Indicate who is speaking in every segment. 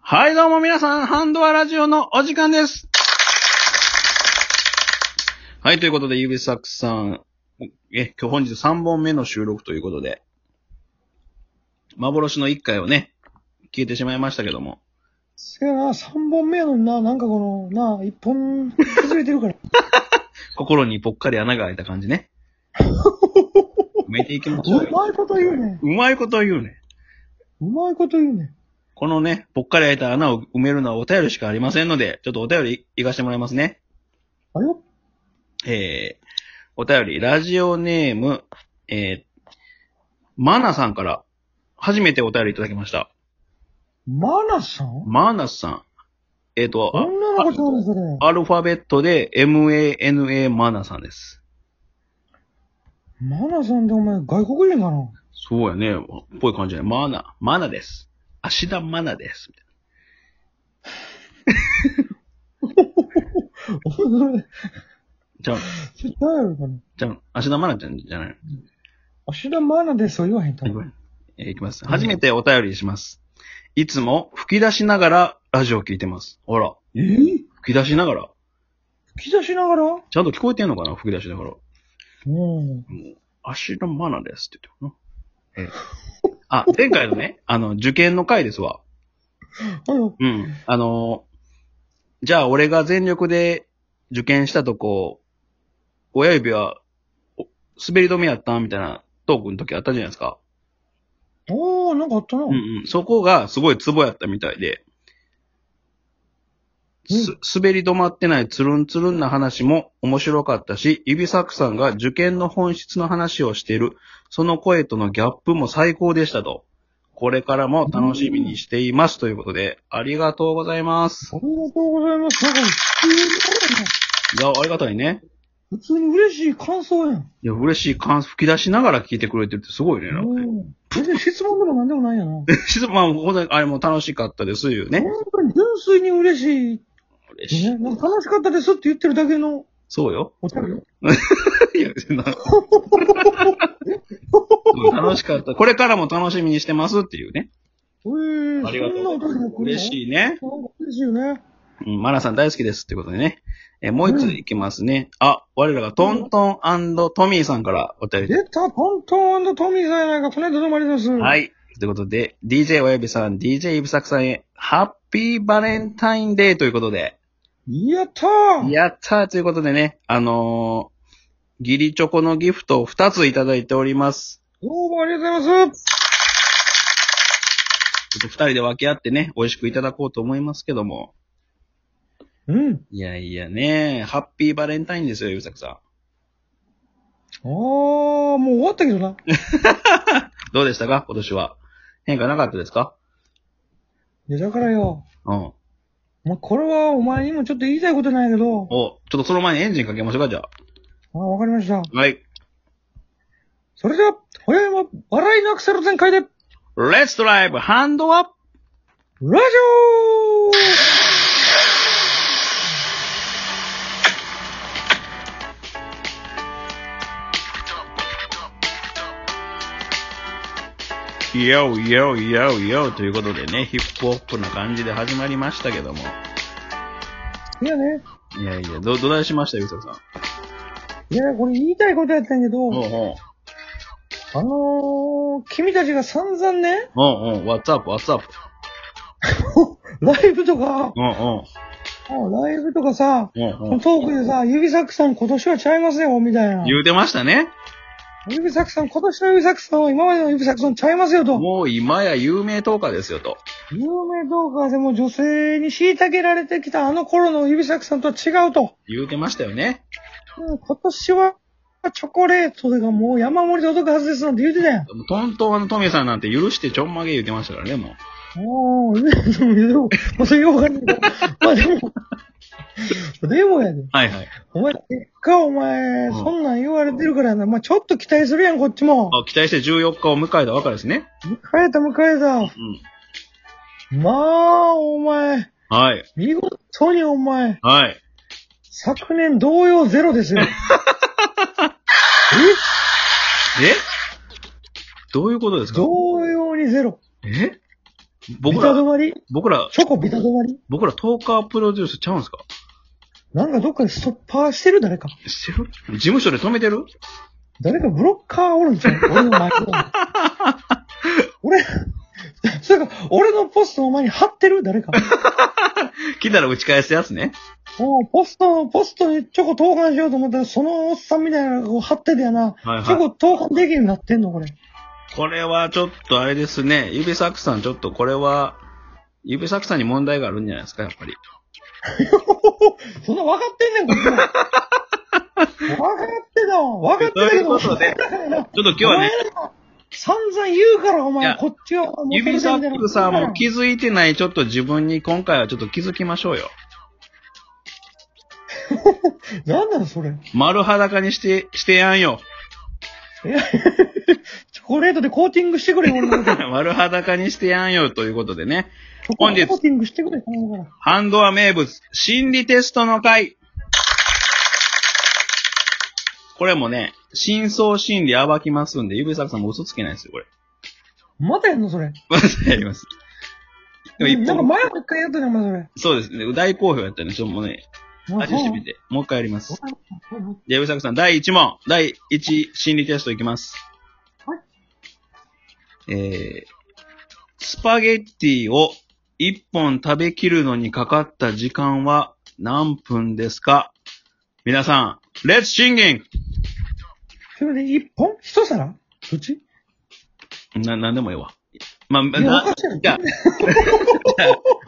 Speaker 1: はい、どうも皆さん、ハンドアラジオのお時間です。はい、ということで、指作さん、え、今日本日3本目の収録ということで、幻の1回をね、消えてしまいましたけども。
Speaker 2: せやな、3本目やのにな、なんかこの、な、1本崩れ てるから。
Speaker 1: 心にぽっかり穴が開いた感じね。埋めていきましょう
Speaker 2: う
Speaker 1: よ。
Speaker 2: まいこと言うね。
Speaker 1: うまいこと言うね。
Speaker 2: うまいこと言うね。
Speaker 1: このね、ぽっかり開いた穴を埋めるのはお便りしかありませんので、ちょっとお便りいかしてもらいますね。
Speaker 2: あよ
Speaker 1: えー、お便り、ラジオネーム、えーマナさんから、初めてお便りいただきました。
Speaker 2: マナさん
Speaker 1: マナさん。えっ、と、あ
Speaker 2: 女の子ちゃうね、それ。
Speaker 1: アルファベットで MANA マナさんです。
Speaker 2: マナさんってお前、外国人かな
Speaker 1: そうやね。っぽい感じだね。マナ、マナです。芦田マナです。
Speaker 2: お前
Speaker 1: じゃん、
Speaker 2: それ、誰やろかな
Speaker 1: じゃん、芦田マナちゃんじゃない
Speaker 2: 芦田マナでそう言わへんと。
Speaker 1: えーいきます。初めてお便りします。いつも吹き出しながらラジオ聞いてます。ほら、
Speaker 2: えぇ
Speaker 1: 吹き出しながら。
Speaker 2: 吹き出しながら
Speaker 1: ちゃんと聞こえてんのかな吹き出しながら。
Speaker 2: うん。
Speaker 1: 芦田愛菜ですって言ってるな。あ、前回のね、あの、受験の回ですわ。
Speaker 2: あよ。
Speaker 1: うん。あの、じゃあ俺が全力で受験したとこ、親指はお滑り止めやったみたいなトークの時あったじゃないですか。
Speaker 2: おー、なんかあったな。
Speaker 1: うんうん。そこがすごいツボやったみたいで、す、滑り止まってないつるんつるんな話も面白かったし、指作さんが受験の本質の話をしている、その声とのギャップも最高でしたと。これからも楽しみにしていますということで、ありがとうございます。
Speaker 2: ありがとうございます。なんか、普通に、
Speaker 1: いや、ありがたいね。
Speaker 2: 普通に嬉しい感想やん。
Speaker 1: いや、嬉しい感、吹き出しながら聞いてくれてるってすごいね。なんかね
Speaker 2: うん全然質問でもなんでもないやな。
Speaker 1: 質 問は、ほんとにあれも楽しかったです、いうね。
Speaker 2: 本当に純粋に嬉しい。
Speaker 1: 嬉しい。
Speaker 2: ね、なんか楽しかったですって言ってるだけの
Speaker 1: そうよ。
Speaker 2: お茶よ。
Speaker 1: いや、そんな 楽しかった。これからも楽しみにしてますっていうね。
Speaker 2: えー、
Speaker 1: ありがとう
Speaker 2: そんなお便りも来るの
Speaker 1: 嬉
Speaker 2: い。
Speaker 1: しいね。
Speaker 2: 嬉しいよね。
Speaker 1: うん、マナさん大好きですってことでね。えーもう一ついきますね。あ、我らがトントントミーさんからお便りで。
Speaker 2: 出た、トントントミーさんやないか、この間どうもありがとうございます。。
Speaker 1: はいい。ということで、DJ 親指さん、DJ 指作さんへ、ハッピーバレンタインデーということで。
Speaker 2: やったー
Speaker 1: やったーということでね、あのー、ギリチョコのギフトを2ついただいております。
Speaker 2: どうもありがとうございます。
Speaker 1: ちょっと二人で分け合ってね、美味しくいただこうと思いますけども。
Speaker 2: うん。
Speaker 1: いやいやね、ハッピーバレンタインですよ、ゆうさくさ
Speaker 2: あー、もう終わったけどな。い
Speaker 1: ん。どうでしたか今年は。変化なかったですか
Speaker 2: や、だからよ。
Speaker 1: うん。
Speaker 2: まあ、これはお前にもちょっと言いたいことなんやけど。
Speaker 1: お、ちょっとその前にエンジンかけましょうか、じゃ
Speaker 2: あー、わかりました。
Speaker 1: あ。はい。
Speaker 2: それでは、今宵も笑いのアクセル全開で、ラジ
Speaker 1: レッツドライブハンドアップ
Speaker 2: オー
Speaker 1: よーよーよーよーということでね、ヒップホップな感じで始まりましたけども。
Speaker 2: いやね。
Speaker 1: いやいや、ど、どないしました、ゆうさくさん。
Speaker 2: いや、これ言いたいことやったんやけど。
Speaker 1: おうおう。
Speaker 2: あのー、君たちが散々ね、
Speaker 1: おうおう、what's up, what's up.
Speaker 2: ライブと
Speaker 1: お
Speaker 2: か、
Speaker 1: うおう。
Speaker 2: ライブとかさ、
Speaker 1: おうおう。
Speaker 2: トークでさ、指サックさん今年はちゃいますよ、みたいな。
Speaker 1: 言うてましたね。
Speaker 2: 指サックさん、今年の指サックさんは今までの指サックさんちゃいますよと。
Speaker 1: もう今や有名トーカーですよ、と。
Speaker 2: 有名動画でも女性に虐げられてきたあの頃の指サックさんとは違うと。
Speaker 1: 言うてましたよね。
Speaker 2: うん今年はチョコレートがもう山盛り届くはずですなんて言うてたやん。
Speaker 1: トントンのトミーさんなんて許してちょんまげ言ってましたからね、もう。
Speaker 2: おー、指サックさんでも、まあ、それよくわ かんないけど。まあでも、でもやで。
Speaker 1: はいはい。
Speaker 2: お前、結果お前、
Speaker 1: ん
Speaker 2: そんなん言われてるからな。まあ、ちょっと期待するやん、こっちも。
Speaker 1: あ期待して14日を迎えたわけですね。
Speaker 2: 迎えた、迎えた。
Speaker 1: う
Speaker 2: まあ、お前、
Speaker 1: ん。はい。
Speaker 2: 見事にお前、
Speaker 1: はい。
Speaker 2: 昨年同様ゼ ロですよ。
Speaker 1: えどういうことです
Speaker 2: え
Speaker 1: か
Speaker 2: 同様にゼロ。
Speaker 1: え僕
Speaker 2: ビタ
Speaker 1: ら、
Speaker 2: 止まり
Speaker 1: 僕ら、
Speaker 2: チョコビタ止まり
Speaker 1: 僕らトーカープロデュースちゃうんすか
Speaker 2: なんかどっかでストッパーしてる誰か。
Speaker 1: してる事務所で止めてる
Speaker 2: 誰かブロッカーおるんちゃう俺の前に。俺、 それか、俺のポストの前に貼って る誰か。
Speaker 1: 来たら打ち返すやつね。
Speaker 2: もうポスト、ポストにチョコ投函しようと思ったら、そのおっさんみたいなのがこう貼ってたやな。
Speaker 1: はい
Speaker 2: チ
Speaker 1: は
Speaker 2: ョコ投函できるようになってんのこれ。
Speaker 1: い。これはちょっとあれですね。指作さんちょっとこれは、指作さんに問題があるんじゃないですか、やっ ぱり。
Speaker 2: そんな分かってんねん、こっちも分かってたわ。分かってたけど。
Speaker 1: ということで
Speaker 2: だからな
Speaker 1: ちょっと今日 はね、
Speaker 2: お前らが散々言うから、お
Speaker 1: いや
Speaker 2: 前、こっちは。
Speaker 1: 指サックさんも
Speaker 2: き
Speaker 1: 気づいてないちょっと自分に今回はちょっと気づきましょうよ。
Speaker 2: なんなの、それ。
Speaker 1: 丸裸にして、してやんよ。
Speaker 2: いや チョコレートでコーティングしてくれ、俺のこ と。
Speaker 1: 丸裸にしてやんよということでね。
Speaker 2: チョコ
Speaker 1: 本日
Speaker 2: コーティングしてくれ、頼むから。
Speaker 1: ハンドア名物、心理テストの回。これもね、真相心理暴きますんで、指作さんも嘘つけないですよ、これ。
Speaker 2: またやんの、それ。
Speaker 1: まずやります。でも一
Speaker 2: なんか
Speaker 1: 本、
Speaker 2: 前も一回やったね、お前、それ。
Speaker 1: そうですね。大好評やったんで、ちょっともうね、味してみて。もう一回やります。じゃあ、指作さん、第1問。第1心理テストいきます。
Speaker 2: はい。
Speaker 1: えー、スパゲッティを1本食べきるのにかかった時間は何分ですか皆さん、レッツシンギン
Speaker 2: それで一本一皿どっち
Speaker 1: グな、なんでもいいわ。まあ、
Speaker 2: いや、お
Speaker 1: な
Speaker 2: か、しいやろ
Speaker 1: いや、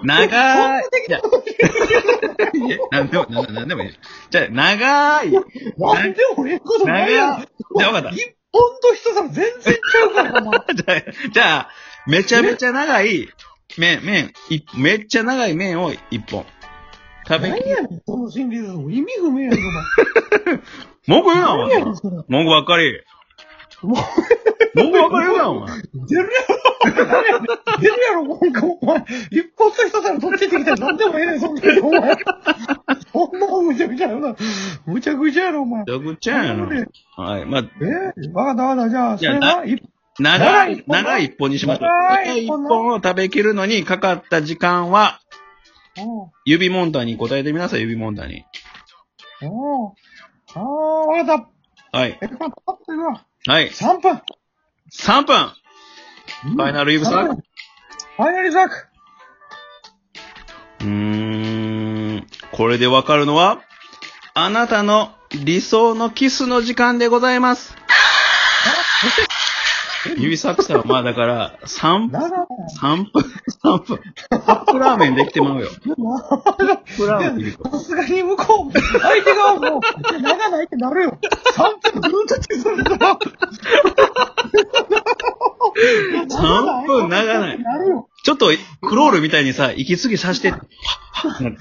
Speaker 1: 長い。いや、 いやなんでも、ななんでもいい。じゃあ、長い。
Speaker 2: なんで俺のことないやん
Speaker 1: 長いじゃあわかった
Speaker 2: 一本と一皿全然ちゃうから、お前。
Speaker 1: じゃあ、じゃあ、めちゃめちゃ長い麺、麺、いめっちゃ長い麺を一本。食べ、
Speaker 2: 何やねん、その心理だぞ。意味不明やん、
Speaker 1: 文句言うな、
Speaker 2: お
Speaker 1: お
Speaker 2: 前。何
Speaker 1: 前
Speaker 2: やねん、。それ。も
Speaker 1: 文句ばっか り。
Speaker 2: う、
Speaker 1: 文句ばっかり言うな、お前。
Speaker 2: 出るやろ何やねん出るやろ、文句。お前、一本と一皿どっち行ってきたら何でもええねん、そんなのお前。そんなもんむちゃくちゃやな。むちゃくちゃやろ、お
Speaker 1: め
Speaker 2: 前。
Speaker 1: ちゃくちゃやな。はい。まあ、
Speaker 2: えー、わかったわかった。じゃあ、それは、一
Speaker 1: 長い、長
Speaker 2: 長
Speaker 1: い
Speaker 2: い
Speaker 1: 一本にしましょう。長
Speaker 2: 長
Speaker 1: い
Speaker 2: い
Speaker 1: 一
Speaker 2: 一本な
Speaker 1: 本を食べきるのにかかった時間は、
Speaker 2: 本。
Speaker 1: 指モンターに答えてみなさい、指モンターに。
Speaker 2: おお。ああ、わかっ
Speaker 1: はい。
Speaker 2: た。え、これ、パッといくわ。
Speaker 1: はい。
Speaker 2: 3分。
Speaker 1: 3分
Speaker 2: フ
Speaker 1: ファイナルイブサーク
Speaker 2: ファイナルイブサーク。
Speaker 1: うーん。これでわかるのは、あなたの理想のキスの時間でございます。指作さんはまあだから、3分、
Speaker 2: 長いな。
Speaker 1: 3分、3分。カップラーメンできてまうよ。カップラーメンできる
Speaker 2: さすがに向こう、相手側も、いや長ないってなるよ。3分ずっと沈んでたら。
Speaker 1: 3分長ない
Speaker 2: なるよ。
Speaker 1: ちょっと、クロールみたいにさ、息継ぎさして、パッパッなる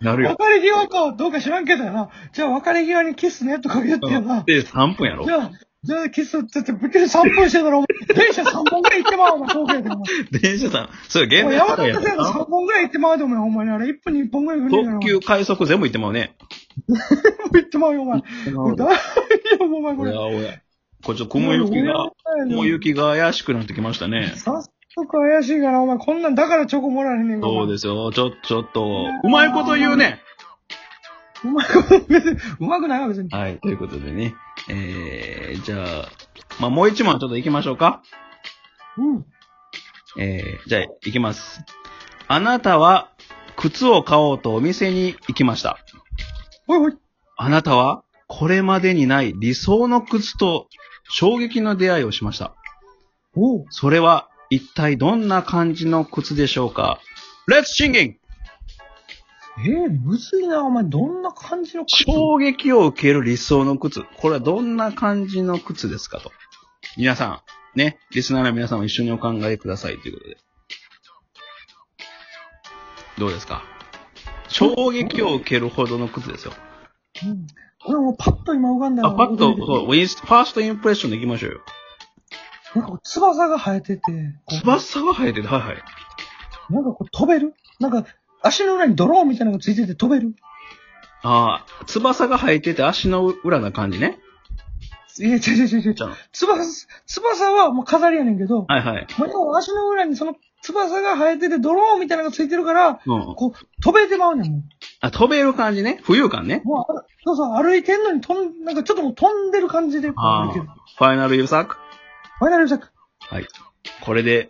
Speaker 1: なるよ。
Speaker 2: 別れ際かどうか知らんけどやな。じゃあ別れ際にキスねとか言ってやな。
Speaker 1: で、3分やろ
Speaker 2: じ。ゃあ、じゃあキスって言って、ぶっきり3分してたら、お前電車3本ぐらい行ってまうわ、お前、東京でお前。
Speaker 1: 電車さん、それ現
Speaker 2: お前
Speaker 1: 代
Speaker 2: 山
Speaker 1: 社会
Speaker 2: 田
Speaker 1: や
Speaker 2: 先生が3
Speaker 1: ろ。
Speaker 2: 本ぐらい行ってまうで、お前、ほんまに。あれ、1分に1本ぐらい行くねんから。
Speaker 1: 特急、快速全部行ってまうね。
Speaker 2: 全部行ってまうよ、お前。これ大丈夫、お前、こ
Speaker 1: お
Speaker 2: れ。
Speaker 1: やおや。こっち、雲行きが、雲行きが怪しくなってきましたね。
Speaker 2: 早速怪しいから、お前、こんなんだからチョコもらえへんねんから。。
Speaker 1: そうですすよ。ちょ、ちょっと、うまいこと言うね。
Speaker 2: うまく、別にうまくないわ、別に。
Speaker 1: はい、ということでね。えー、じゃあ、まあ、もう一問ちょっと行きましょうか。
Speaker 2: うん。
Speaker 1: えー、じゃあ、行きます。あなたは、靴を買おうとお店に行きました。
Speaker 2: ほいほい。
Speaker 1: あなたは、これまでにない理想の靴と衝撃の出会いをしました。
Speaker 2: おう。
Speaker 1: それは、一体どんな感じの靴でしょうか ?Let's singing!
Speaker 2: ええむずいな、お前、どんな感じの靴
Speaker 1: 衝撃を受ける理想の靴。これはどんな感じの靴ですかと。皆さん、ね、リスナーの皆さんも一緒にお考えくださいということで。どうですか衝撃を受けるほどの靴ですよ。
Speaker 2: うん。これもうパッと今浮かんだ
Speaker 1: あ、パッと、
Speaker 2: こ
Speaker 1: そう、ウィンスファーストインプレッションでいきましょうよ。
Speaker 2: う。なんかこう、翼が生えてて、こう
Speaker 1: 翼が生えてて、はいはい。
Speaker 2: なんかこう、飛べるなんか、足の裏にドローンみたいなのがついてて飛べる
Speaker 1: ああ、翼が生えてて足の裏な感じね。
Speaker 2: いや、違う違う違う違う。
Speaker 1: ちゃん。
Speaker 2: 翼、翼はもう飾りやねんけど、
Speaker 1: はいはい。
Speaker 2: でも足の裏にその翼が生えててドローンみたいなのがついてるから、
Speaker 1: うん。
Speaker 2: こう、飛べてまうねんもん。
Speaker 1: あ、飛べる感じね。浮遊感ね。
Speaker 2: もうあ、そうそう、歩いてんのに飛ん、なんかちょっともう飛んでる感じで、こう
Speaker 1: あ
Speaker 2: 歩
Speaker 1: あ。
Speaker 2: け
Speaker 1: フ
Speaker 2: る。
Speaker 1: ァイナル指作
Speaker 2: ファイナル作。
Speaker 1: はい。これで、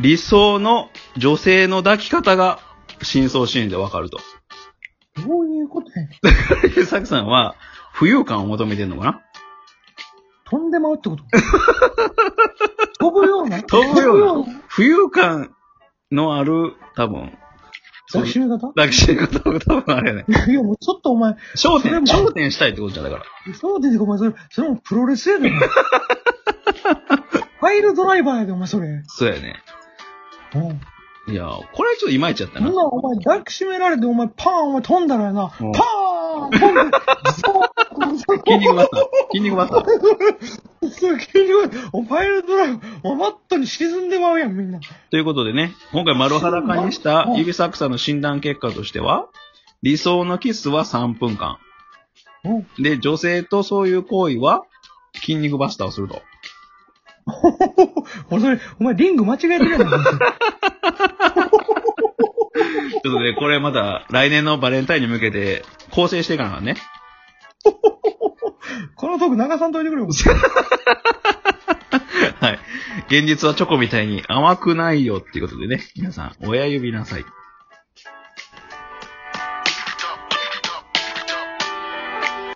Speaker 1: 理想の女性の抱き方が、真相シーンでわかると。
Speaker 2: どういうことやねん。
Speaker 1: で、サクさんは、浮遊感を求めてんのかな
Speaker 2: 飛んでまう ってこと飛ぶような
Speaker 1: 飛ぶような
Speaker 2: うな
Speaker 1: 浮遊感のある、多分、
Speaker 2: 抱きしめ方
Speaker 1: 抱きしめ方が多分あれやね。
Speaker 2: いや、もうちょっとお前、
Speaker 1: 焦
Speaker 2: それ
Speaker 1: 点、
Speaker 2: も
Speaker 1: 焦点したいってことじゃんだから。
Speaker 2: そうですよ、お前、それ、それもプロレスや で、お前ファイルドライバーやで、お前、それ。
Speaker 1: そうやね。
Speaker 2: うん。
Speaker 1: いや、これはちょっといまいちやったな
Speaker 2: 今、。お前、抱きしめられて、お前、パーン、お前、飛んだらやな。パ
Speaker 1: うん
Speaker 2: ーン飛んだ ゾーン
Speaker 1: 筋肉マスター。筋肉マスター。
Speaker 2: そう、筋肉お前ファイルドライバー、お前マットに沈んでまうやん、みんな。
Speaker 1: ということでね、今回丸裸にした指サクさんの診断結果としては、理想のキスは3分間。
Speaker 2: うん。
Speaker 1: で、女性とそういう行為は、筋肉バスターをすると。
Speaker 2: 俺、それ、お前、リング間違えてるやん。お前
Speaker 1: ちょっとね、これまた来年のバレンタインに向けて構成していかなあかんね。
Speaker 2: このトーク流さんといてくれよ。
Speaker 1: はい。現実はチョコみたいに甘くないよっていうことでね、皆さん、親指なさい。